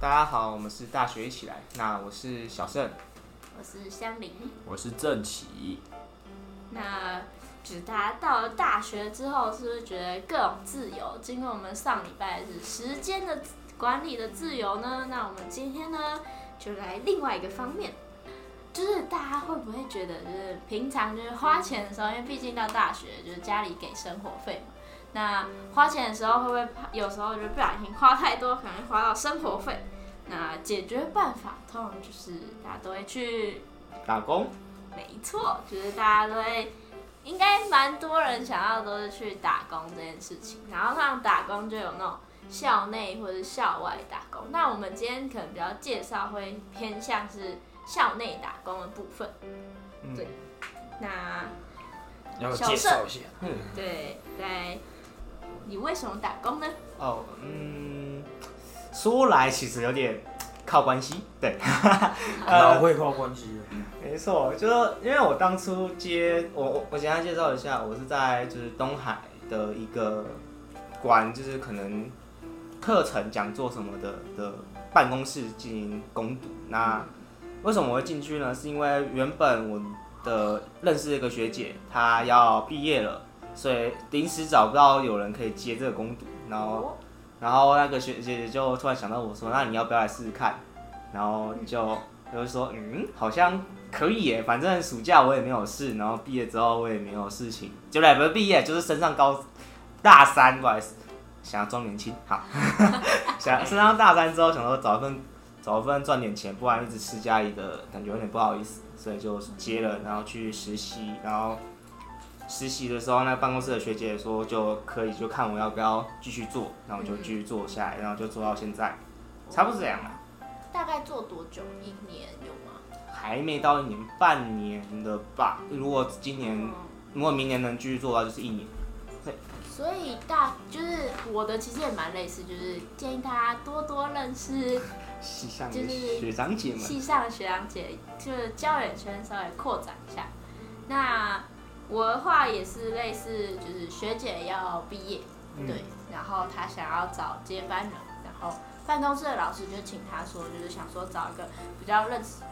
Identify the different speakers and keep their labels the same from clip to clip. Speaker 1: 大家好，我们是大学一起来。那我是小盛，
Speaker 2: 我是香菱。
Speaker 3: 我是郑奇，
Speaker 2: 那就是大家到了大学之后，是不是觉得各种自由？经过我们上礼拜是时间的管理的自由呢？那我们今天呢，就来另外一个方面，就是大家会不会觉得，就是平常就是花钱的时候，因为毕竟到大学，就是家里给生活费嘛。那花钱的时候会不会怕有时候就不小心花太多，可能会花到生活费？那解决办法通常就是大家都会去
Speaker 1: 打工。
Speaker 2: 没错，就是大家都会，应该蛮多人想要都是去打工这件事情。然后像打工就有那种校内或者校外打工。那我们今天可能比较介绍会偏向是校内打工的部 分。
Speaker 1: 嗯
Speaker 2: 对那
Speaker 4: 要
Speaker 2: 小
Speaker 4: 介绍一下，
Speaker 2: 对，在你为什么打工呢？
Speaker 1: 哦，嗯，说来其实有点靠关系，对，
Speaker 4: 老会靠关系的，
Speaker 1: 没错，就是因为我当初接我我我简单介绍一下，我是在就是东海的一个管就是可能课程讲座什么的的办公室进行攻读。那为什么我会进去呢？是因为原本我的认识的一个学姐，她要毕业了，所以临时找不到有人可以接这个攻读，然后
Speaker 2: 哦
Speaker 1: 然后那个学姐姐就突然想到我说，那你要不要来试试看？然后就就说，嗯，好像可以耶，反正暑假我也没有事，然后毕业之后我也没有事情，就来不是毕业，就是升上高大三，不好意思，想要装年轻，好， 想 升上大三之后想说找一份找一份赚点钱，不然一直吃家里的感觉有点不好意思，所以就接了，然后去实习，然后。实习的时候，那办公室的学姐说就可以，就看我要不要继续做，然后我就继续做下来，然后就做到现在，差不多这样
Speaker 2: 啊
Speaker 1: 啦，
Speaker 2: 大概做多久？一年有吗？
Speaker 1: 还没到一年，半年的吧。如果今年，
Speaker 2: 嗯
Speaker 1: 如果明年能继续做的话，就是一年。
Speaker 2: 所以大就是我的其实也蛮类似，就是建议大家多多认识
Speaker 1: 系上
Speaker 2: 的就是学
Speaker 1: 长姐
Speaker 2: 系上的学长姐，就是交友圈稍微扩展一下。那我的话也是类似，就是学姐要毕业，对，然后她想要找接班人，然后办公室的老师就请她说，就是想说找一个比较认识，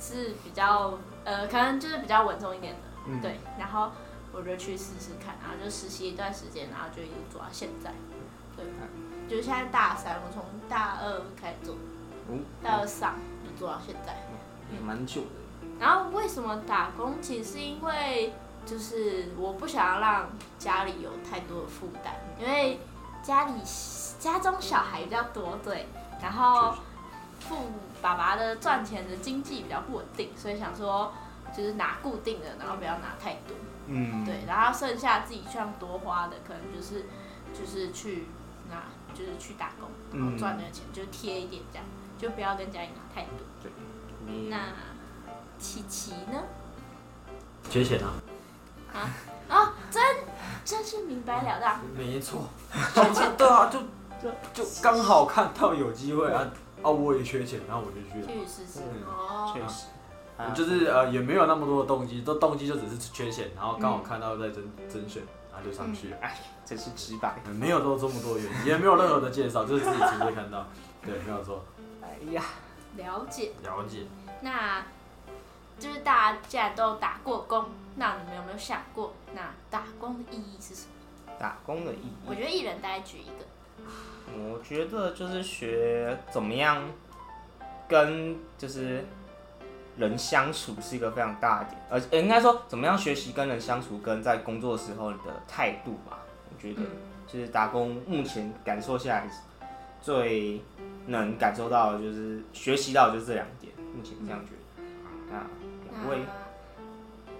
Speaker 2: 是比较呃，可能就是比较稳重一点的，
Speaker 1: 嗯
Speaker 2: 对，然后我就去试试看，然后就实习一段时间，然后就一直做到现在，对，就是现在大三，我从大二开始做，大二上就做到现在。
Speaker 1: 嗯，哦蛮久的，
Speaker 2: 然后为什么打工？其实是因为就是我不想要让家里有太多的负担，因为家里家中小孩比较多，对，然后父爸爸的赚钱的经济比较不稳定，所以想说就是拿固定的，然后不要拿太多。
Speaker 1: 嗯，
Speaker 2: 对，然后剩下自己这样多花的，可能就是就是去拿，就是去打工，然后赚的钱就贴一点这样，就不要跟家里拿太多。
Speaker 1: 你
Speaker 2: 那琪琪呢？
Speaker 3: 缺钱啊？
Speaker 2: 啊、真真是明白了啊当。
Speaker 3: 没 错，对啊，就就就刚好看到有机会啊啊，我也缺钱，然后我就去了。
Speaker 2: 去试试
Speaker 3: 嗯
Speaker 2: 哦。
Speaker 1: 确实，啊
Speaker 3: 我就是呃，也没有那么多的动机，都动机就只是缺钱，然后刚好看到在甄甄选，然后就上去了，
Speaker 1: 真是直白。
Speaker 3: 嗯没有都这么多原因，也没 有任何的介绍，就是自己直接看到，对，没有错，
Speaker 1: 哎呀，
Speaker 2: 了解。
Speaker 3: 了解。
Speaker 2: 那就是大家既然都打过工，那你们有没有想过，那打工的意义是什么？
Speaker 1: 打工的意
Speaker 2: 我
Speaker 1: 义，
Speaker 2: 觉得一人大概举一个。
Speaker 1: 我觉得就是学怎么样跟就是人相处是一个非常大的点，而且呃应该说怎么样学习跟人相处，跟在工作时候的态度吧。我觉得就是打工目前感受下来最能感受到的就是学习到的就是这两点，目前这样觉得。那两位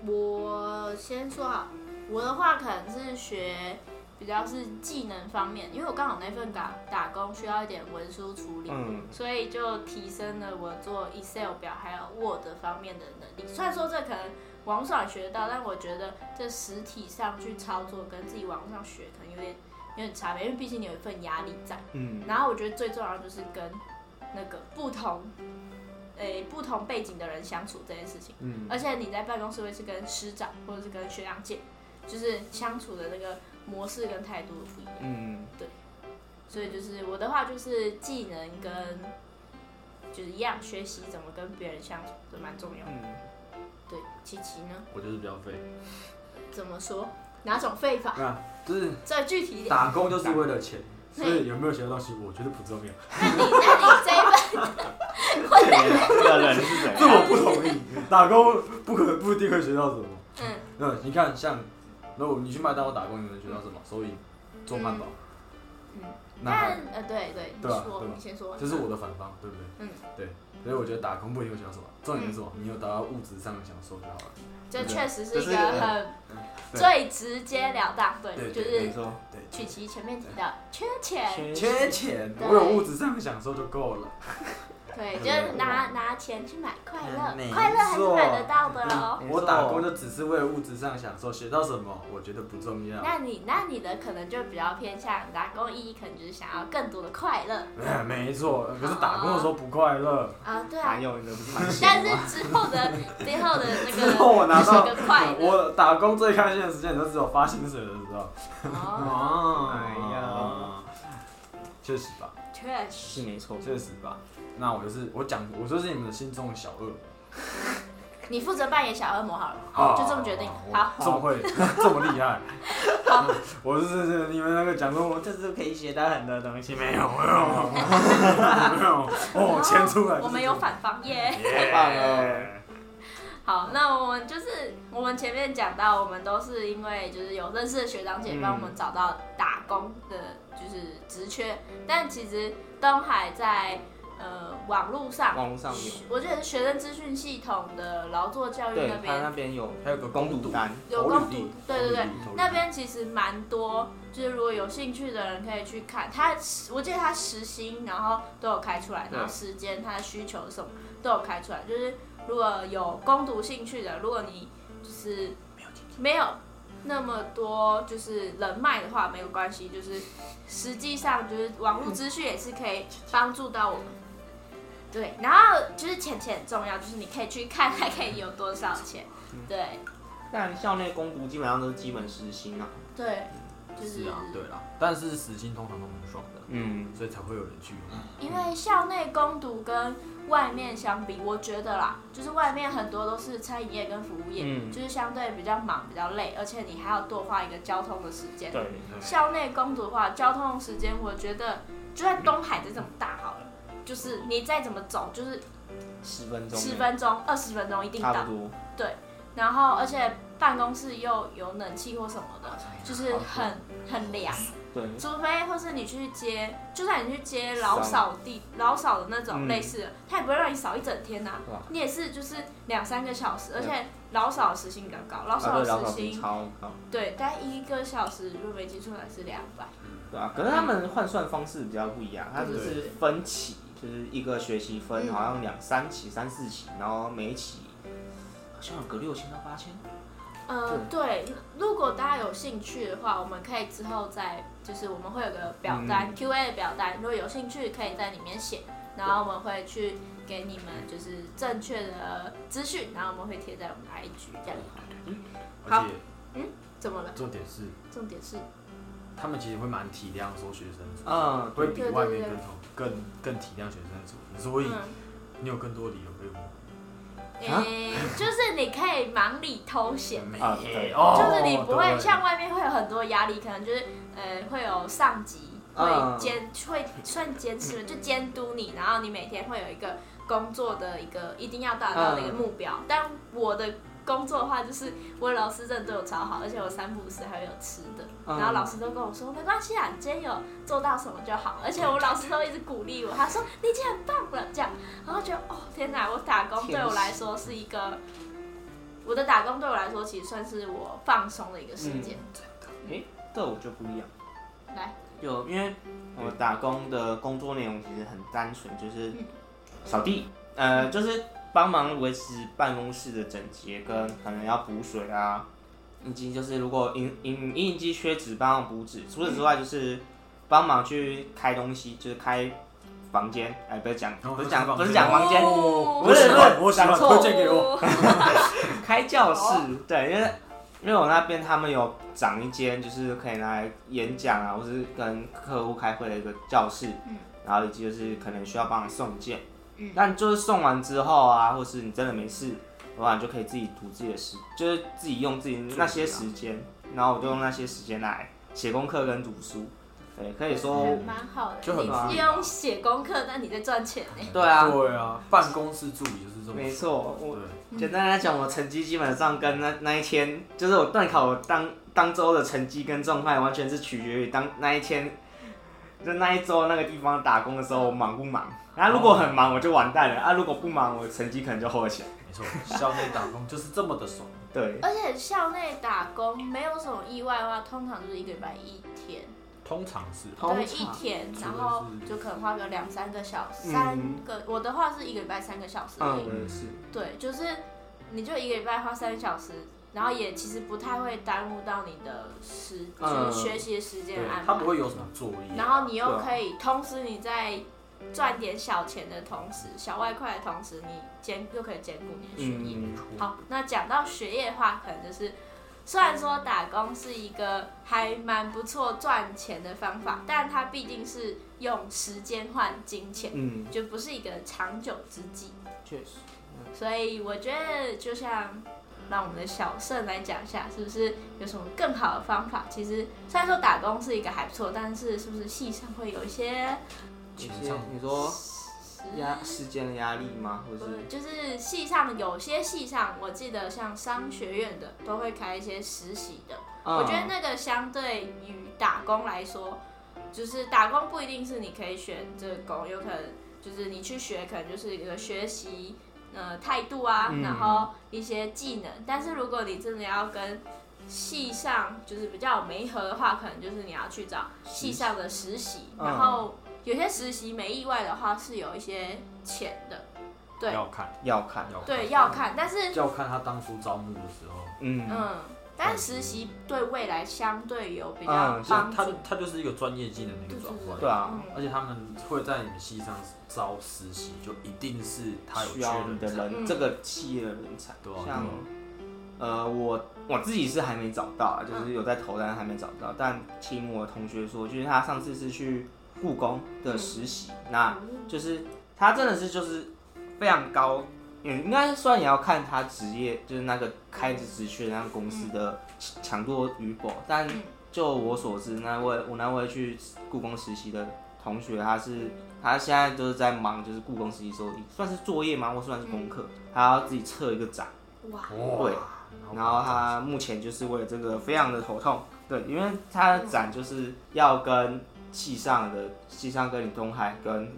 Speaker 2: 那我先说好，我的话可能是学比较是技能方面，因为我刚好那份打打工需要一点文书处理，
Speaker 1: 嗯
Speaker 2: 所以就提升了我做 Excel 表还有 Word 方面的能力。虽然说这可能网上也学得到，但我觉得这实体上去操作跟自己网上学可能有点有点差别，因为毕竟你有一份压力在。
Speaker 1: 嗯
Speaker 2: 然后我觉得最重要的就是跟那个不同，诶、不同背景的人相处这件事情。
Speaker 1: 嗯
Speaker 2: 而且你在办公室会是跟师长或者是跟学长姐，就是相处的那个模式跟态度不一样。
Speaker 1: 嗯
Speaker 2: 所以就是我的话就是技能跟就是一样学习怎么跟别人相处，这蛮重要的。
Speaker 1: 嗯，
Speaker 2: 对，琪琪呢？
Speaker 5: 我就是比较废，
Speaker 2: 怎么说？哪种废法？
Speaker 3: 那啊就是
Speaker 2: 再具体一 点。
Speaker 3: 打工就是为了钱，所以有没有学到东西，我觉得不重要。
Speaker 2: 那你那你这 一份，
Speaker 1: 这个人是怎
Speaker 3: 这
Speaker 1: 样？
Speaker 3: 我不同 意，打工不可能不一定会学到什么。
Speaker 2: 嗯，
Speaker 3: 那你看，像如果你去麦当劳打工，你能学到什么？收银、做汉堡，
Speaker 2: 嗯嗯
Speaker 3: 那还
Speaker 2: 但呃，对对，你
Speaker 3: 啊对吧
Speaker 2: 说
Speaker 3: 对，吧
Speaker 2: 你先说。
Speaker 3: 这是我的反方，对不对？
Speaker 2: 嗯，
Speaker 3: 对。所以我觉得打工不一定会学到什么，重点是什么？你有达到物质上的享受就好了。
Speaker 2: 这确实是一
Speaker 1: 就
Speaker 2: 个
Speaker 1: 是
Speaker 2: 很
Speaker 3: 对
Speaker 2: 最直截了当，对，
Speaker 3: 对
Speaker 2: 就
Speaker 1: 没
Speaker 2: 是
Speaker 1: 错，
Speaker 2: 曲奇前面提到缺钱，
Speaker 3: 缺钱，
Speaker 2: 对
Speaker 3: 我有物质上的享受就够了。
Speaker 2: 对，
Speaker 3: 对
Speaker 2: 就是拿拿钱去买快
Speaker 3: 嗯
Speaker 2: 乐，
Speaker 4: 没
Speaker 2: 快乐还是买得到的哦。
Speaker 1: 没错
Speaker 3: 我打工就只是为了物质上的享受，学到什么我觉得不重要。
Speaker 2: 那你那你的可能就比较偏向打工意义，可能就是想要更多的快乐
Speaker 3: 哎 没错，可是打工的时候不快乐。
Speaker 2: 啊，对啊
Speaker 1: 蛮。有你的不蛮
Speaker 2: 但
Speaker 1: 闲
Speaker 2: 是
Speaker 1: 吗？
Speaker 2: 之后的之后的那
Speaker 3: 之
Speaker 2: 个
Speaker 3: 后我拿
Speaker 2: 是
Speaker 3: 到
Speaker 2: 个快乐
Speaker 3: 我打工最开心的时间，你就只有发薪水的时候。
Speaker 2: 哦，
Speaker 3: 哦
Speaker 1: 哎呀，
Speaker 3: 确实吧，
Speaker 2: 确
Speaker 1: 是
Speaker 2: 实，
Speaker 1: 没错，
Speaker 3: 确实吧。那我就是我讲，我就是你们心中的小恶
Speaker 2: 你负责扮演小恶魔好了，
Speaker 3: 啊
Speaker 2: 就这么决定。好，
Speaker 3: 我这么会， 这么 厉害。 我就是是你们那个讲说，我这是可以学到很多东西，没有，没有，没有。哦，钱出来，
Speaker 2: 我们有，哦反方耶。
Speaker 1: 太棒了。
Speaker 2: 好，那我们就是我们前面讲到，我们都是因为就是有认识的学长姐
Speaker 1: 嗯
Speaker 2: 帮我们找到打工的，就是职缺。但其实东海在呃网络上，
Speaker 1: 网络上有，
Speaker 2: 我记得是学生资讯系统的劳作教育
Speaker 1: 对
Speaker 2: 那
Speaker 1: 他那
Speaker 2: 边
Speaker 1: 边有
Speaker 4: 还有个
Speaker 1: 公读单，
Speaker 2: 有
Speaker 3: 投履
Speaker 2: 公读
Speaker 3: 历，
Speaker 2: 对对对，
Speaker 3: 投履历
Speaker 2: 那边其实蛮多，就是如果有兴趣的人可以去看。他我记得他时薪，然后都有开出来，
Speaker 1: 对
Speaker 2: 然后时间他的需求是什么都有开出来。就是如果有攻读兴趣的，如果你就是没有那么多就是人脉的话，没有关系，就是实际上就是网络资讯也是可以帮助到我们。对，然后就是钱钱很重要，就是你可以去看它可以有多少钱。对
Speaker 1: 但校内公读基本上都是基本时薪啊。
Speaker 2: 对，就是
Speaker 3: 是啊，对啦。但是死薪通常都很爽的，
Speaker 1: 嗯，
Speaker 3: 所以才会有人去。
Speaker 2: 因为校内攻读跟外面相比，我觉得啦，就是外面很多都是餐饮业跟服务业，
Speaker 1: 嗯
Speaker 2: 就是相对比较忙、比较累，而且你还要多花一个交通的时间。
Speaker 1: 对，
Speaker 2: 校内攻读的话，交通的时间我觉得，就算东海再怎么大好了，就是你再怎么走，就是
Speaker 1: 十分钟，欸
Speaker 2: 十分钟、二十分钟一定
Speaker 1: 差
Speaker 2: 到。
Speaker 1: 不多。
Speaker 2: 然后，而且办公室又有冷气或什么的，就是很很凉。
Speaker 1: 对，
Speaker 2: 除非或是你去接，就算你去接老扫地、老扫的那种
Speaker 1: 嗯
Speaker 2: 类似的，他也不会让你扫一整天呐、
Speaker 1: 哇
Speaker 2: 你也是就是两三个小时，而
Speaker 1: 对
Speaker 2: 且老扫的时薪比较高，老扫
Speaker 1: 啊对老
Speaker 2: 的
Speaker 1: 少
Speaker 2: 时
Speaker 1: 平
Speaker 2: 薪
Speaker 1: 超高，
Speaker 2: 对，大概一个小时如果没记错还是两百，
Speaker 1: 对啊。可是他们换算方式比较不一样，它就
Speaker 3: 对
Speaker 1: 是分期，就是一个学期分
Speaker 2: 嗯
Speaker 1: 好像两三期、三四期，然后每一期好像有个六千到八千。
Speaker 2: 呃，对，如果大家有兴趣的话，我们可以之后再，就是我们会有个表单、Q&A 的表单，如果有兴趣可以在里面写，然后我们会去给你们就是正确的资讯，然后我们会贴在我们的 IG 这样。好
Speaker 3: 而且
Speaker 2: 怎么了？
Speaker 3: 重点是，
Speaker 2: 重点是，
Speaker 3: 他们其实会蛮体谅说学生族，
Speaker 1: 嗯，
Speaker 3: 会
Speaker 1: 对，
Speaker 3: 比外面更同更更体谅学生族，所以
Speaker 2: 嗯，
Speaker 3: 你有更多理由可以问。
Speaker 2: 诶、
Speaker 1: 啊
Speaker 2: 就是你可以忙里偷闲，
Speaker 1: 啊对
Speaker 3: 哦
Speaker 2: 就是你不会像外面会有很多压力，可能就是呃会有上级会
Speaker 3: 啊
Speaker 1: 嗯
Speaker 2: 监、会算监视，就监督你，然后你每天会有一个工作的一个一定要达到的一个
Speaker 1: 嗯
Speaker 2: 目
Speaker 3: 啊
Speaker 2: 标。但我的工作的话，就是我老师真的对我超好，而且我三不五时还会有吃的，
Speaker 1: 嗯
Speaker 2: 然后老师都跟我说没关系啊，你今天有做到什么就好。而且我老师都一直鼓励我，他说你已经很棒了这样，然后觉得哦天哪，我打工对我来说是一个。我的打工对我来说，其实算是我放松的一个时间。
Speaker 1: 这我就不一样。
Speaker 3: 嗯
Speaker 2: 来，
Speaker 1: 就因为我打工的工作内容其实很单纯，就是
Speaker 2: 嗯
Speaker 1: 扫地，呃，就是帮忙维持办公室的整洁，跟可能要补水啊，以及就是如果影影影印机缺纸，帮忙补纸。除此之
Speaker 2: 嗯
Speaker 1: 外，就是帮忙去开东西，就是开房间，哎、不是讲，
Speaker 3: 哦
Speaker 1: 不是讲，
Speaker 3: 开房间
Speaker 1: 不是讲房间，
Speaker 2: 哦
Speaker 1: 不是不是
Speaker 3: 我喜欢
Speaker 1: 讲错
Speaker 3: 推荐给我。
Speaker 2: 我。
Speaker 1: 嗯开教室
Speaker 2: 哦，
Speaker 1: 对，因为因为我那边他们有长一间，就是可以拿来演讲啊，或是跟客户开会的一个教室，
Speaker 2: 嗯
Speaker 1: 然后以及就是可能需要帮忙送件，
Speaker 2: 嗯
Speaker 1: 但就是送完之后啊，或是你真的没事，的话，你就可以自己读自己的时，就是自己用自己那些时间，
Speaker 2: 嗯
Speaker 1: 然后我就用那些时间来写功课跟读书。对，可以说
Speaker 2: 还蛮好的，
Speaker 3: 就很
Speaker 1: 棒
Speaker 2: 你利用写功课，但你在赚钱 呢、
Speaker 1: 对啊，
Speaker 3: 对啊，办公室助理就是这么
Speaker 1: 没错。我
Speaker 3: 对，
Speaker 1: 简单来讲，我成绩基本上跟那那一天，就是我段考当当周的成绩跟状态，完全是取决于当那一天，就那一周那个地方打工的时候我忙不忙。那、如果很忙，我就完蛋了；啊，如果不忙，我成绩可能就后起来。
Speaker 3: 没错，校内打工就是这么的爽。
Speaker 1: 对，
Speaker 2: 而且校内打工没有什么意外的话，通常就是一个礼拜一天，
Speaker 3: 通常是
Speaker 1: 通常
Speaker 2: 对，一天，然后就可能花个两三个小时，
Speaker 1: 嗯
Speaker 2: 三个。我的话是一个礼拜三个小时而
Speaker 1: 嗯，
Speaker 2: 已，
Speaker 1: 我也是。
Speaker 2: 对，就是你就一个礼拜花三个小时，然后也其实不太会耽误到你的时，就
Speaker 1: 嗯
Speaker 2: 是学习的时间
Speaker 3: 对
Speaker 2: 安，排
Speaker 3: 他。不会有什么作业。
Speaker 2: 啊然后你又
Speaker 1: 对啊
Speaker 2: 可以，同时你在赚点小钱的同时，小外快的同时，你兼又可以兼顾你哦的学业。
Speaker 1: 嗯，
Speaker 2: 好，那讲到学业的话，可能就是虽然说打工是一个还蛮不错赚钱的方法，但它毕竟是用时间换金钱，
Speaker 1: 嗯，
Speaker 2: 就不是一个长久之计。
Speaker 1: 确实。
Speaker 2: 所以我觉得，就像让我们的小盛来讲一下，是不是有什么更好的方法？其实虽然说打工是一个还不错，但是是不是系上会有一些
Speaker 1: 有
Speaker 3: 情
Speaker 1: 些
Speaker 3: 商
Speaker 1: 你说
Speaker 2: 时
Speaker 1: 压时间的压力吗？或
Speaker 2: 不
Speaker 1: 是
Speaker 2: 是，就是系上有些系上，我记得像商学院的都会开一些实习的。
Speaker 1: 嗯
Speaker 2: 我觉得那个相对于打工来说，就是打工不一定是你可以选这个工，有可能就是你去学，可能就是一个学习呃态度啊，
Speaker 1: 嗯
Speaker 2: 然后一些技能。但是如果你真的要跟系上就是比较有媒合的话，可能就是你要去找系上的实习，
Speaker 1: 嗯
Speaker 2: 然后有些实习没意外的话是有一些钱的，对
Speaker 3: 要看，
Speaker 1: 要看，
Speaker 3: 要看
Speaker 2: 对，要看，但是
Speaker 3: 要看他当初招募的时候，
Speaker 1: 嗯
Speaker 2: 嗯，但实习对未来相对有比较
Speaker 1: 嗯是
Speaker 2: 帮助。
Speaker 3: 他他就是一个专业技能的一个转换。
Speaker 1: 对啊，
Speaker 2: 嗯
Speaker 3: 而且他们会在你们系上招实习，就一定是他有
Speaker 1: 需
Speaker 3: 缺
Speaker 1: 要你
Speaker 3: 人
Speaker 1: 的
Speaker 3: 才，
Speaker 1: 人，
Speaker 2: 嗯
Speaker 1: 这个企业的人才，
Speaker 3: 对啊
Speaker 1: 像呃，我我自己是还没找到啊，就是有在投，但是还没找到。但听我同学说，就是他上次是去故宫的实习，那就是他真的是就是非常高，嗯，应该虽然也要看他职业，就是那个开的职缺那个公司的强弱与否，但
Speaker 2: 嗯
Speaker 1: 就我所知，那位我那位去故宫实习的同学，他是他现在就是在忙，就是故宫实习周算是作业吗？或算是功课，他要自己测一个展。
Speaker 2: 哇，
Speaker 3: 哇
Speaker 1: 对，然后他目前就是为了这个非常的头痛，对，因为他的展就是要跟系上的系上跟李东海跟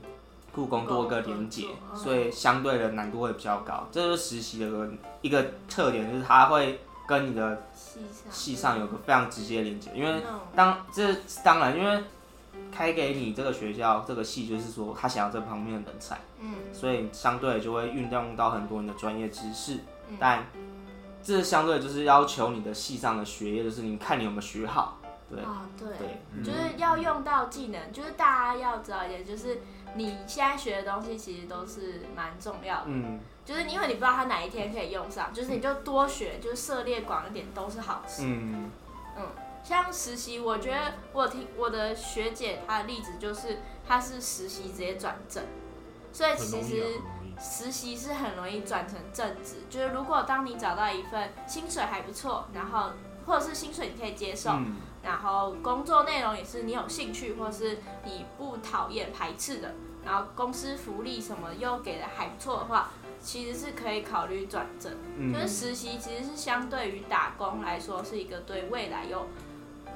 Speaker 1: 故宫多一个连接
Speaker 2: 故宫，合作
Speaker 1: 所以相对的难度会比较高。这就是实习的一个一个特点，就是他会跟你的
Speaker 2: 系上
Speaker 1: 系上有个非常直接的连接，因为
Speaker 2: 嗯
Speaker 1: 当这当然因为开给你这个学校这个系，就是说他想要这方面的人才。
Speaker 2: 嗯
Speaker 1: 所以相对就会运用到很多你的专业知识，
Speaker 2: 嗯
Speaker 1: 但这相对就是要求你的系上的学业，就是你看你有没有学好，对
Speaker 2: 啊对，
Speaker 1: 对，
Speaker 3: 嗯
Speaker 2: 就是要用到技能，就是大家要知道一点，就是你现在学的东西其实都是蛮重要的，
Speaker 1: 嗯
Speaker 2: 就是因为你不知道它哪一天可以用上，就是你就多学，就是涉猎广一点都是好事。
Speaker 1: 嗯
Speaker 2: 像实习，我觉得我有听我的学姐她的例子就是，她是实习直接转正，所以
Speaker 3: 很
Speaker 2: 其
Speaker 3: 容
Speaker 2: 实
Speaker 3: 易啊，很容易。
Speaker 2: 实习是很容易转成正职，就是如果当你找到一份薪水还不错，然后或者是薪水你可以接受，
Speaker 1: 嗯
Speaker 2: 然后工作内容也是你有兴趣或是你不讨厌排斥的，然后公司福利什么又给的还不错的话，其实是可以考虑转正。
Speaker 1: 嗯
Speaker 2: 就是实习其实是相对于打工来说是一个对未来有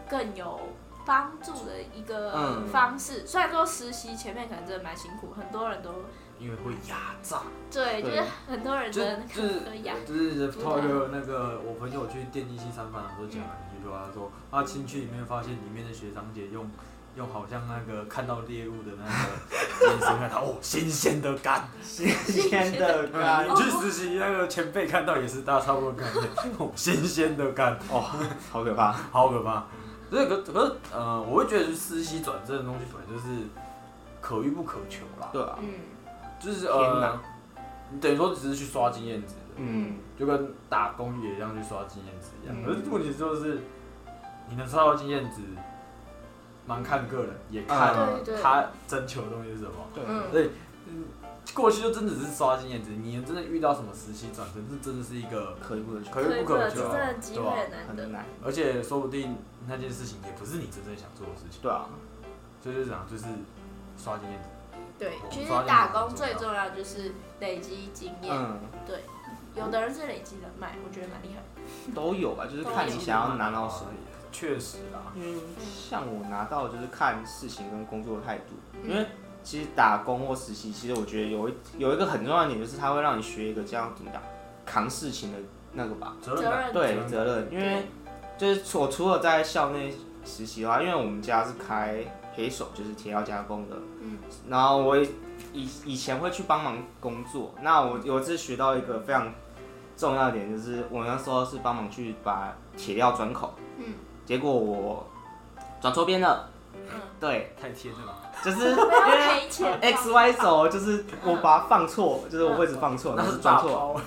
Speaker 2: 更有帮助的一个
Speaker 1: 嗯
Speaker 2: 方式。虽然说实习前面可能真的蛮辛苦，很多人都
Speaker 3: 因为会压榨，
Speaker 2: 对，就是
Speaker 1: 对
Speaker 2: 很多人
Speaker 3: 就
Speaker 2: 真的
Speaker 3: 就
Speaker 2: 都一样
Speaker 3: 是就是套一个那
Speaker 1: 啊
Speaker 3: 个我朋友去电机系参访的时候讲了一句话，他说他进去里面发现里面的学长姐用用好像那个看到猎物的那个眼神看他哦新鲜的 干，
Speaker 1: 新鲜的干
Speaker 3: 你去实习那个前辈看到也是大差不多概 念，哦新鲜的干，
Speaker 1: 哦，好可怕，
Speaker 3: 好可怕。这个可是呃，我会觉得实习转正的东西本来就是可遇不可求啦，
Speaker 1: 对啊，
Speaker 2: 嗯
Speaker 3: 就是
Speaker 1: 天
Speaker 3: 呃
Speaker 1: 哪，
Speaker 3: 你等于说只是去刷经验值的。
Speaker 1: 嗯
Speaker 3: 就跟打工也一样去刷经验值一样。
Speaker 1: 嗯
Speaker 3: 可是问题就是，你能刷到经验值，蛮看个人，也看
Speaker 2: 对对
Speaker 3: 他征求的东西是什么。
Speaker 1: 对，
Speaker 2: 嗯
Speaker 3: 所以，嗯过去就真的只是刷经验值，你真的遇到什么实习转正，这真的是一个
Speaker 1: 可遇不可求，
Speaker 3: 可遇不可
Speaker 2: 这
Speaker 3: 求
Speaker 2: 真
Speaker 3: 啊
Speaker 2: 的，机
Speaker 3: 对
Speaker 2: 会
Speaker 3: 吧？
Speaker 2: 很难得
Speaker 1: 很。难。
Speaker 3: 而且说不定那件事情也不是你真正想做的事情，
Speaker 1: 对啊，
Speaker 3: 所以就是讲就是刷经验值。
Speaker 2: 对，
Speaker 3: 我
Speaker 2: 其实
Speaker 3: 抓紧
Speaker 2: 打
Speaker 3: 很
Speaker 2: 工
Speaker 3: 重
Speaker 2: 最
Speaker 3: 要
Speaker 2: 重要就是累积经验。
Speaker 1: 嗯，
Speaker 2: 有的人是累积人脉，我觉得蛮厉害的。
Speaker 1: 都有吧，就是看你想要拿到什么。
Speaker 3: 确实啦，
Speaker 1: 因为嗯像我拿到就是看事情跟工作的态度，
Speaker 2: 嗯
Speaker 1: 因为其实打工或实习，其实我觉得有一有一个很重要的点，就是它会让你学一个这样怎么讲扛事情的那个吧，
Speaker 3: 责任
Speaker 2: 责
Speaker 3: 感。
Speaker 2: 任
Speaker 1: 对
Speaker 3: 嗯
Speaker 1: 责任，因为就是我除了在校内实习的话，因为我们家是开黑手，就是铁料加工的，
Speaker 2: 嗯，
Speaker 1: 然后我以以前会去帮忙工作，那我有一次学到一个非常重要的点，就是我那时候是帮忙去把铁料转口，
Speaker 2: 嗯，
Speaker 1: 结果我转错边了，
Speaker 2: 嗯，
Speaker 1: 对，
Speaker 3: 太贴了吧？
Speaker 1: 就是因
Speaker 2: 不要
Speaker 1: 为
Speaker 2: 赔钱。
Speaker 1: X Y 轴就是我把它放错，哦就是我位置放错，然后就转错，
Speaker 3: 包，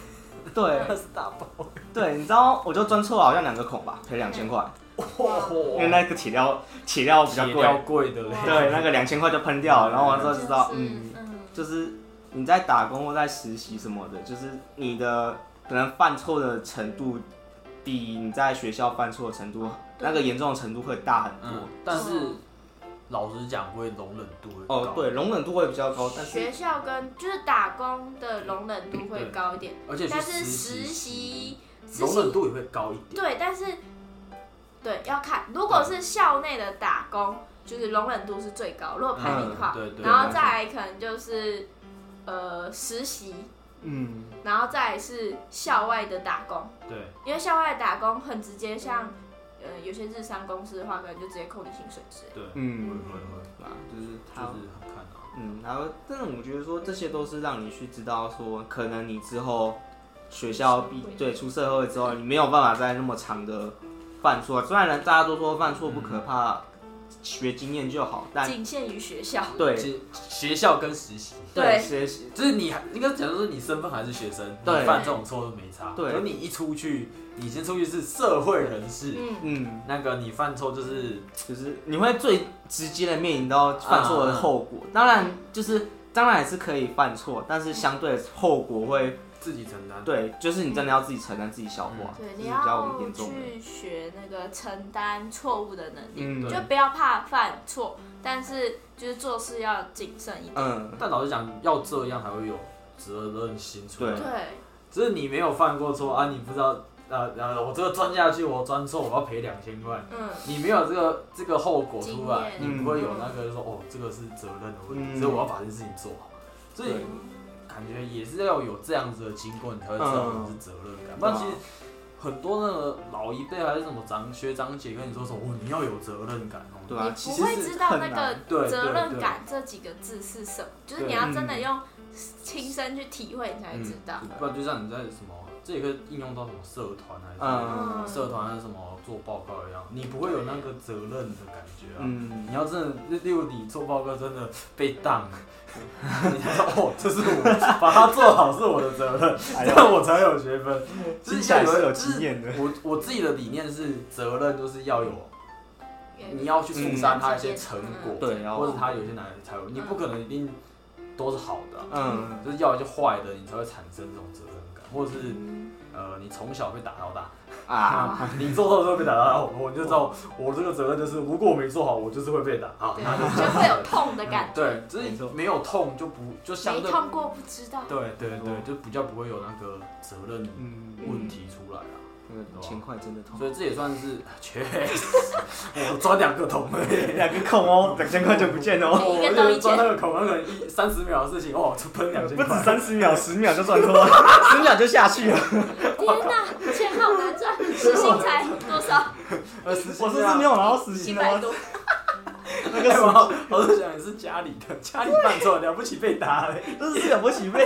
Speaker 1: 对
Speaker 2: 嗯
Speaker 3: 那是大包。
Speaker 1: 对，你知道我就钻错了好像两个孔吧，赔两千块，因为
Speaker 3: 哇，
Speaker 1: 那个铁料铁料比较
Speaker 3: 铁
Speaker 1: 贵，
Speaker 3: 料贵的嘞。
Speaker 1: 对，那个两千块就喷掉了，然后我那时候就知道，
Speaker 2: 是
Speaker 1: 嗯。
Speaker 2: 嗯，
Speaker 1: 就是你在打工或在实习什么的，就是你的可能犯错的程度比你在学校犯错的程度
Speaker 2: 对
Speaker 1: 那个严重的程度会大很多
Speaker 3: 嗯。，但
Speaker 2: 哦
Speaker 3: 是老实讲，会容忍度会高
Speaker 1: 哦，，对，容忍度会比较哦高，但是
Speaker 2: 学校跟就是打工的容忍度会高一点，
Speaker 3: 而且去
Speaker 2: 但是
Speaker 3: 实
Speaker 2: 实
Speaker 3: 习嗯
Speaker 2: 习实
Speaker 3: 容忍
Speaker 2: 习
Speaker 3: 度也会高一点。
Speaker 2: 对，但是对要看，如果是校内的打工，就是容忍度是最高，如果排名的
Speaker 1: 嗯
Speaker 2: 话，
Speaker 3: 对对。
Speaker 2: 然后再来可能就是呃实习，
Speaker 1: 嗯，
Speaker 2: 然后再来是校外的打工。
Speaker 3: 对，
Speaker 2: 因为校外打工很直接，像呃有些日商公司的话，可能就直接扣你薪水之类的。
Speaker 3: 对，会
Speaker 1: 嗯，
Speaker 3: 会会，
Speaker 1: 对吧就是
Speaker 3: 就
Speaker 1: 他，
Speaker 3: 是很看啊。
Speaker 1: 嗯，然后但是我觉得说这些都是让你去知道说，可能你之后学校毕
Speaker 2: 社会
Speaker 1: 对出社会之后，你没有办法再那么长的犯错。虽然大家都说犯错不可怕，学经验就好，但
Speaker 2: 仅限于学校，
Speaker 1: 对
Speaker 3: 学学校跟实习，
Speaker 2: 对
Speaker 1: 学习
Speaker 3: 就是你还应该讲说你身份还是学生，
Speaker 1: 对
Speaker 3: 你犯这种错都没差。
Speaker 1: 对
Speaker 3: 可是你一出去，你先出去是社会人士，
Speaker 2: 嗯，
Speaker 1: 嗯，
Speaker 3: 那个你犯错就是
Speaker 1: 就是你会最直接的面临到犯错的后果。当然，就是当然也是可以犯错，但是相对后果会
Speaker 3: 自己承担。
Speaker 1: 对，就是你真的要自己承担、自己消化，
Speaker 2: 对，
Speaker 1: 这
Speaker 2: 你
Speaker 1: 哦是比较
Speaker 2: 要
Speaker 1: 严重的。
Speaker 2: 去学那个承担错误的能力，
Speaker 1: 嗯
Speaker 2: 就不要怕犯错，但是就是做事要谨慎一点。
Speaker 1: 嗯，
Speaker 3: 但老实讲，要这样才会有责任心出来
Speaker 1: 对。
Speaker 2: 对，
Speaker 3: 只是你没有犯过错啊，你不知道，呃呃，我这个钻下去，我钻错，我要赔两千块。
Speaker 2: 嗯，
Speaker 3: 你没有这个这个后果出来，
Speaker 2: 经
Speaker 1: 验
Speaker 3: 你不会有那个说哦，这个是责任的问
Speaker 1: 嗯
Speaker 3: 题，所以我要把这件事情做好。所以
Speaker 1: 对
Speaker 3: 感觉也是要有这样子的经过，你才会知道
Speaker 1: 嗯
Speaker 3: 你是责任感。不然其实很多那个老一辈还是什么长学长姐跟你说什么，哦，你要有责任感哦。
Speaker 1: 对
Speaker 2: 你
Speaker 1: 啊，其
Speaker 2: 不
Speaker 1: 实
Speaker 2: 会知道那
Speaker 1: 很难
Speaker 2: 个
Speaker 3: 对
Speaker 2: 责
Speaker 3: 对
Speaker 2: 任
Speaker 3: 对
Speaker 2: 感这几个字是什么，就是
Speaker 3: 对
Speaker 2: 你
Speaker 1: 嗯
Speaker 2: 要真的用亲身去体会，你才会知道。
Speaker 3: 不然就像你在什么，这也可以应用到什么社团还是什么
Speaker 1: 嗯
Speaker 2: 嗯
Speaker 3: 社团还是什么做报告一样，你不会有那个责任的感觉啊。
Speaker 1: 嗯
Speaker 3: 你要真的，例如你做报告真的被当，你才说哦，这是我把它做好是我的责任，
Speaker 1: 哎
Speaker 3: 这
Speaker 1: 呀
Speaker 3: 样我才有学分。
Speaker 1: 听起来是有经验的。
Speaker 3: 我我自己的理念是，责任就是要有，
Speaker 1: 嗯
Speaker 2: 也
Speaker 3: 你要去负担它一些成
Speaker 2: 嗯
Speaker 3: 果，
Speaker 1: 对，然
Speaker 3: 或
Speaker 1: 后
Speaker 3: 者它有一些哪里才有，你不可能一定都是好的啊、
Speaker 1: 嗯，
Speaker 3: 就是要一些坏的，你才会产生这种责任感，或者是
Speaker 2: 嗯
Speaker 3: 呃，你从小被打到大，
Speaker 1: 啊，
Speaker 3: 你做错之后被打到大，我我就知道我这个责任就是，如果我没做好，我就是会被打啊
Speaker 2: 对，。
Speaker 3: 那就是
Speaker 2: 就会有痛的感觉。
Speaker 3: 对，只
Speaker 1: 没
Speaker 3: 是
Speaker 1: 错
Speaker 3: 没有痛就不 就相
Speaker 2: 没
Speaker 3: 对，
Speaker 2: 痛过不知道。
Speaker 3: 对对对，就比较不会有那个责任
Speaker 1: 嗯，
Speaker 3: 问题出来啊。
Speaker 1: 那个钱块真的痛，
Speaker 3: 所以这也算是 确实，我钻两个桶而已。
Speaker 1: 两个孔哦，两千块就不见了 哦，
Speaker 2: 一个洞一千
Speaker 3: 我钻那个桶，那可能一三十秒的事情，哦，就喷两千
Speaker 1: 不
Speaker 3: 块
Speaker 1: 止。三十秒，十秒就赚脱了，十秒就下去了。
Speaker 2: 天哪，钱好难赚，时薪才多少？
Speaker 3: 呃， 实习
Speaker 1: 我是不
Speaker 3: 啊
Speaker 1: 是没有拿到实习
Speaker 2: 七
Speaker 1: 的
Speaker 2: 百
Speaker 1: 吗？
Speaker 2: 多。
Speaker 1: 那
Speaker 3: 哎
Speaker 1: 个
Speaker 3: 我我是想你是家里的，家里犯错了不起被打嘞。
Speaker 1: 就是了不起被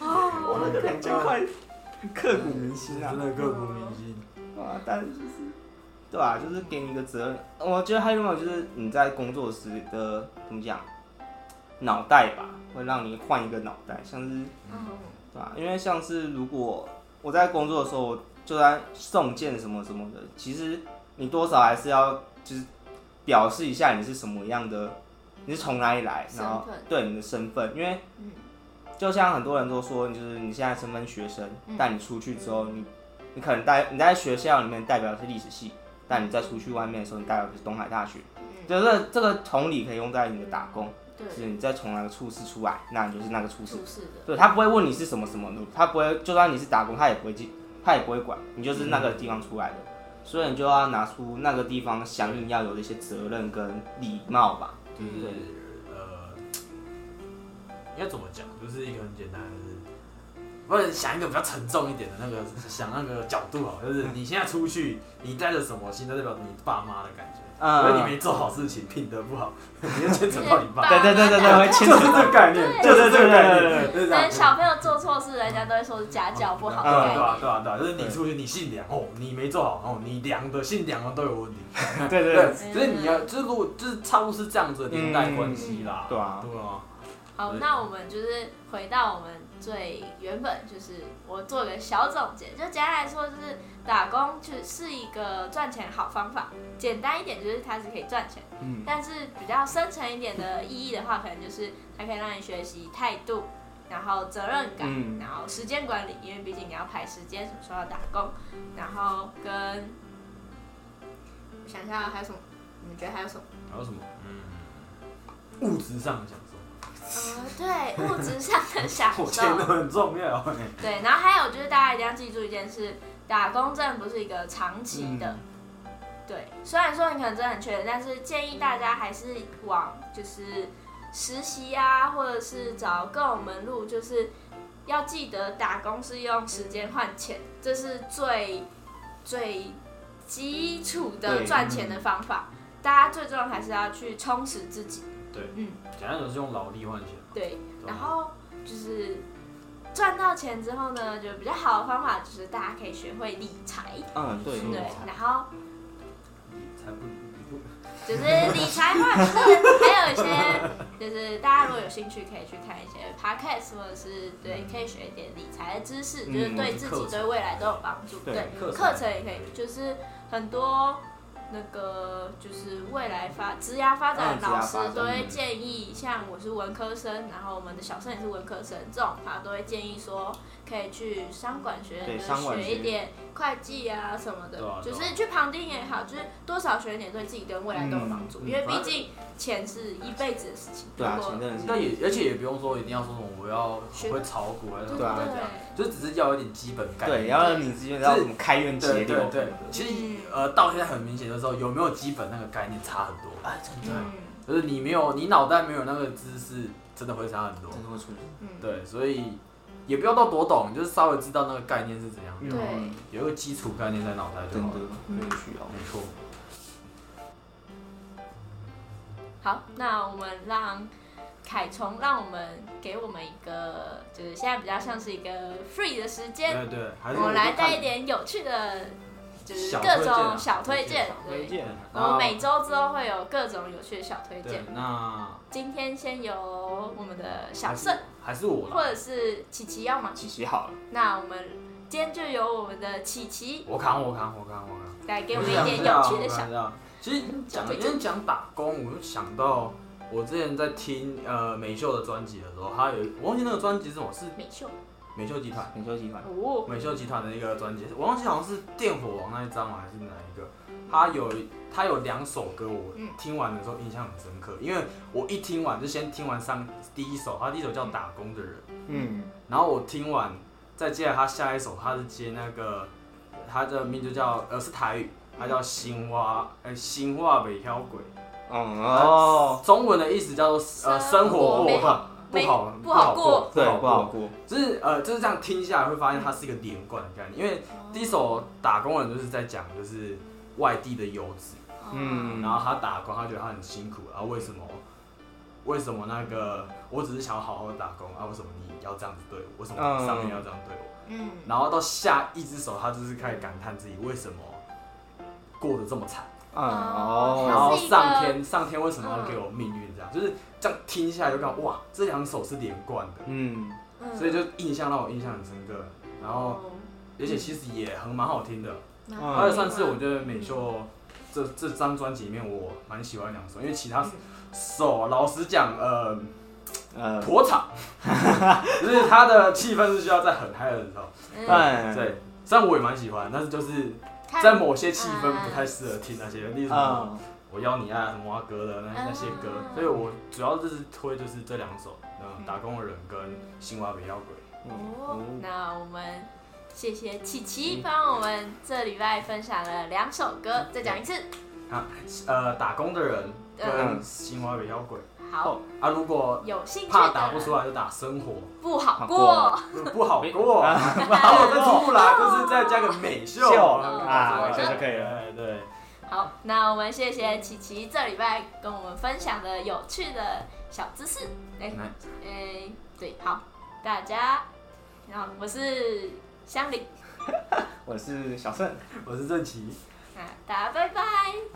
Speaker 2: 哦，
Speaker 1: 那个两千块 刻骨铭心啊
Speaker 3: 真！的刻骨铭心。
Speaker 1: 啊，但是就是，对啊，就是给你一个责任。我觉得还有一种就是你在工作时的怎么讲，脑袋吧，会让你换一个脑袋，像是
Speaker 2: 嗯
Speaker 1: 对啊吧、因为像是如果我在工作的时候，我就算送件什么什么的，其实你多少还是要就是表示一下你是什么样的，你是从哪里来，然后
Speaker 2: 嗯身份
Speaker 1: 对你的身份，因为
Speaker 2: 嗯
Speaker 1: 就像很多人都说，你就是你现在身份学生
Speaker 2: 嗯，
Speaker 1: 但你出去之后，你你可能代你在学校里面代表的是历史系，但你再出去外面的时候，你代表的是东海大学。就是这这个同理可以用在你的打工，
Speaker 2: 嗯对，
Speaker 1: 就是你再从哪个处室出来，那你就是那个处室。
Speaker 2: 出事的，
Speaker 1: 对他不会问你是什么什么路，他不会，就算你是打工，他也不会记，他也不会管，你就是那个
Speaker 3: 嗯
Speaker 1: 地方出来的，所以你就要拿出那个地方相应要有的一些责任跟礼貌吧。
Speaker 3: 就是呃，应该怎么讲？就是一个很简单的，就是不然想一个比较沉重一点的那个，想那个角度好，就是你现在出去，你带着什么心，那代表你爸妈的感觉。
Speaker 1: 嗯
Speaker 3: 因为你没做好事情，品德不好，你就牵扯到你爸，
Speaker 1: 对对对对对，会
Speaker 3: 就
Speaker 1: 牵
Speaker 3: 是
Speaker 1: 扯
Speaker 3: 这个概念，就是这个概念，就是这样
Speaker 2: 但。小朋友做错事，人家都会说是家教不好
Speaker 3: 对
Speaker 2: 的
Speaker 1: 嗯
Speaker 3: 啊
Speaker 2: 概
Speaker 3: 对啊
Speaker 2: 念。
Speaker 3: 对啊对啊，就是你出去你姓梁哦，你没做好哦，你梁的姓梁的都有问题。
Speaker 1: 对对对
Speaker 3: 对，所以你要就是如果就是差不多是这样子的连带关系啦。
Speaker 1: 对啊，
Speaker 3: 对啊，
Speaker 2: 好，那我们就是回到我们最原本，就是我做个小总结，就简单来说，就是打工就是一个赚钱好方法，简单一点就是它是可以赚钱的。
Speaker 1: 嗯，
Speaker 2: 但是比较深层一点的意义的话，可能就是它可以让你学习态度，然后责任感，
Speaker 1: 嗯
Speaker 2: 然后时间管理，因为毕竟你要排时间，什么时候要打工，然后跟我想一下还有什么？你们觉得还有什 么？
Speaker 3: 还有什么？嗯，物质上的享受，
Speaker 2: 呃，对，物质上的享
Speaker 3: 我觉得
Speaker 2: 受，
Speaker 3: 很重要欸。
Speaker 2: 对，然后还有就是大家一定要记住一件事，打工真的不是一个长期的。对，虽然说你可能真的很缺人，但是建议大家还是往就是实习啊，或者是找各种门路，就是要记得打工是用时间换钱，这是最最基础的
Speaker 1: 对
Speaker 2: 赚钱的方法。大家最重要还是要去充实自己，
Speaker 3: 简单讲是用劳力换钱。
Speaker 2: 对，
Speaker 3: 对
Speaker 2: 然
Speaker 3: 啊
Speaker 2: 后就是赚到钱之后呢，就比较好的方法就是大家可以学会理财，
Speaker 1: 嗯，对
Speaker 3: 理
Speaker 2: 对
Speaker 3: 财，
Speaker 2: 然后
Speaker 3: 才不不
Speaker 2: 就是理财嘛，就是还有一些，就是大家如果有兴趣可以去看一些 podcast，或者是对，可以学一点理财的知识，
Speaker 1: 嗯
Speaker 2: 就是对自己对未来都有帮助。
Speaker 1: 对
Speaker 2: 对，
Speaker 3: 课程
Speaker 2: 课程也可以，就是很多那个就是未来发职涯发展
Speaker 1: 嗯
Speaker 2: 的老师
Speaker 1: 职涯发展
Speaker 2: 都会建议，像我是文科生，然后我们的小盛也是文科生，这种话都会建议说可以去商管学
Speaker 1: 对
Speaker 2: 院，就是
Speaker 1: 商管
Speaker 2: 学一
Speaker 1: 学
Speaker 2: 点会计啊什么的，
Speaker 3: 对啊对
Speaker 2: 就
Speaker 3: 啊
Speaker 2: 是去旁听也好，就是多少学一点，对自己跟未来都有帮助。
Speaker 1: 嗯嗯
Speaker 2: 因为毕竟钱是一辈子的事情，
Speaker 1: 对啊，
Speaker 2: 如果
Speaker 1: 前阵子
Speaker 3: 那也而且也不用说一定要说什么我要很会炒股还是
Speaker 2: 对
Speaker 3: 很
Speaker 1: 对啊
Speaker 3: 会这样，就只是要有一点基本概念。
Speaker 1: 对，要让你之间要怎么开源节
Speaker 3: 对
Speaker 1: 流
Speaker 3: 对，对，其实呃，到现在很明显的时候，有没有基本那个概念差很多。哎，真的，
Speaker 2: 嗯
Speaker 3: 就是你没有，你脑袋没有那个知识，真的会差很多。
Speaker 1: 真的会出现。
Speaker 2: 嗯，
Speaker 3: 对，所以也不要到多懂，就是稍微知道那个概念是怎样，
Speaker 2: 对
Speaker 1: 嗯
Speaker 3: 有一个基础概念在脑袋就
Speaker 1: 真
Speaker 3: 好
Speaker 1: 的
Speaker 3: 了。
Speaker 1: 没有需要。
Speaker 3: 没错，
Speaker 2: 好，那我们让凯虫让我们给我们一个，就是现在比较像是一个 free 的时间，
Speaker 3: 对对，还是
Speaker 2: 我们来带一
Speaker 3: 看
Speaker 2: 点有趣的，就是
Speaker 3: 小
Speaker 2: 各
Speaker 3: 推荐啊
Speaker 2: 种小推荐。
Speaker 1: 推
Speaker 2: 对，
Speaker 1: 荐，
Speaker 2: 我们每周之后会有各种有趣的小推
Speaker 3: 对
Speaker 2: 荐。，
Speaker 3: 那
Speaker 2: 今天先由我们的小盛
Speaker 3: 还是我
Speaker 2: 或
Speaker 3: 啦，
Speaker 2: 者是琪琪要吗？
Speaker 1: 琪琪好了，
Speaker 2: 那我们今天就由我们的琪琪
Speaker 3: 我扛我扛我扛我扛。
Speaker 2: 来给
Speaker 3: 我
Speaker 2: 我们一点有趣的小
Speaker 3: 想法。其实讲今天讲打工，我就想到我之前在听呃美秀的专辑的时候，他有一我忘记那个专辑是什么，是
Speaker 2: 美秀
Speaker 3: 美秀集团
Speaker 1: 你休息吧。
Speaker 2: 哦，
Speaker 3: 美秀集团的一个专辑，我忘记好像是电火王那一张嘛，还是哪一个？他有他有两首歌，我
Speaker 2: 嗯
Speaker 3: 听完的时候印象很深刻，因为我一听完就先听完上第一首，他第一首叫《打工的人》。
Speaker 1: 嗯，
Speaker 3: 然后我听完，再接着他下一首，他是接那个，他的名字叫呃是台语，他叫新蛙，呃新蛙北漂鬼，
Speaker 1: 嗯哦。
Speaker 3: 中文的意思叫做呃生活
Speaker 2: 没
Speaker 3: 不好不
Speaker 2: 没
Speaker 3: 好
Speaker 2: 不好过
Speaker 1: 对，
Speaker 3: 不
Speaker 1: 不
Speaker 3: 好
Speaker 1: 好
Speaker 3: 过，
Speaker 1: 过。
Speaker 3: 就是呃就是这样听下来会发现它是一个连贯的概念，因为第一首打工人就是在讲就是外地的游子，
Speaker 2: 嗯，
Speaker 1: 嗯，
Speaker 3: 然后他打工，他觉得他很辛苦，然后为什么？为什么那个？我只是想要好好打工啊，为什么你要这样子对我？为什么
Speaker 1: 嗯
Speaker 3: 上面要这样对我？
Speaker 2: 嗯，
Speaker 3: 然后到下一只手，他就是开始感叹自己为什么过得这么惨，
Speaker 1: 嗯
Speaker 2: 它
Speaker 3: 然
Speaker 1: 哦，
Speaker 3: 后
Speaker 2: 是一个嗯
Speaker 3: 上天上天为什么要给我命运这样，就是这样听下来就看哇，这两首是连贯的，
Speaker 1: 嗯，
Speaker 2: 嗯
Speaker 3: 所以就印象让我印象很深刻。然后而且其实也很蛮好听的，
Speaker 2: 然
Speaker 1: 嗯
Speaker 2: 后
Speaker 3: 而且算是我觉得美秀这这张专辑里面我蛮喜欢两首，因为其他
Speaker 2: 嗯
Speaker 3: 首老实讲呃
Speaker 1: 呃，
Speaker 3: 火场， 就是它的气氛是需要在很嗨的时候。
Speaker 2: 嗯，
Speaker 1: 但
Speaker 3: 对，虽然我也蛮喜欢，但是就是
Speaker 2: 他
Speaker 3: 哎
Speaker 2: 嗯
Speaker 3: 在某些气氛不太适合听那些，例如什么
Speaker 1: 嗯，
Speaker 3: 我要你啊、什么啊歌的那那些歌，
Speaker 2: 嗯
Speaker 3: 所以我主要就是推就是这两首，嗯，打工的人跟新蛙比摇滚。
Speaker 2: 哦，
Speaker 1: 嗯
Speaker 2: 那我们谢谢琪琪帮我们这礼拜分享了两首歌，再讲一次。
Speaker 3: 啊，呃，打工的人
Speaker 1: 嗯
Speaker 3: 跟新蛙比摇滚
Speaker 2: 好，
Speaker 3: 啊，如果
Speaker 2: 有兴趣
Speaker 3: 怕打不出
Speaker 2: 来，
Speaker 3: 来就打生活，
Speaker 2: 不好
Speaker 1: 好
Speaker 2: 过。
Speaker 3: 不好过。
Speaker 1: 啊
Speaker 3: 然后再出不来，就是再加个美秀
Speaker 1: 秀
Speaker 2: 啊
Speaker 1: 这就可以了。
Speaker 3: 对对，
Speaker 2: 好，那我们谢谢琪琪这礼拜跟我们分享的有趣的小知识。哎、
Speaker 3: 来
Speaker 2: 哎、对，好，大家，然后我是香菱，
Speaker 1: 我是小盛。
Speaker 3: 我是郑琪。
Speaker 2: 啊那大家拜拜。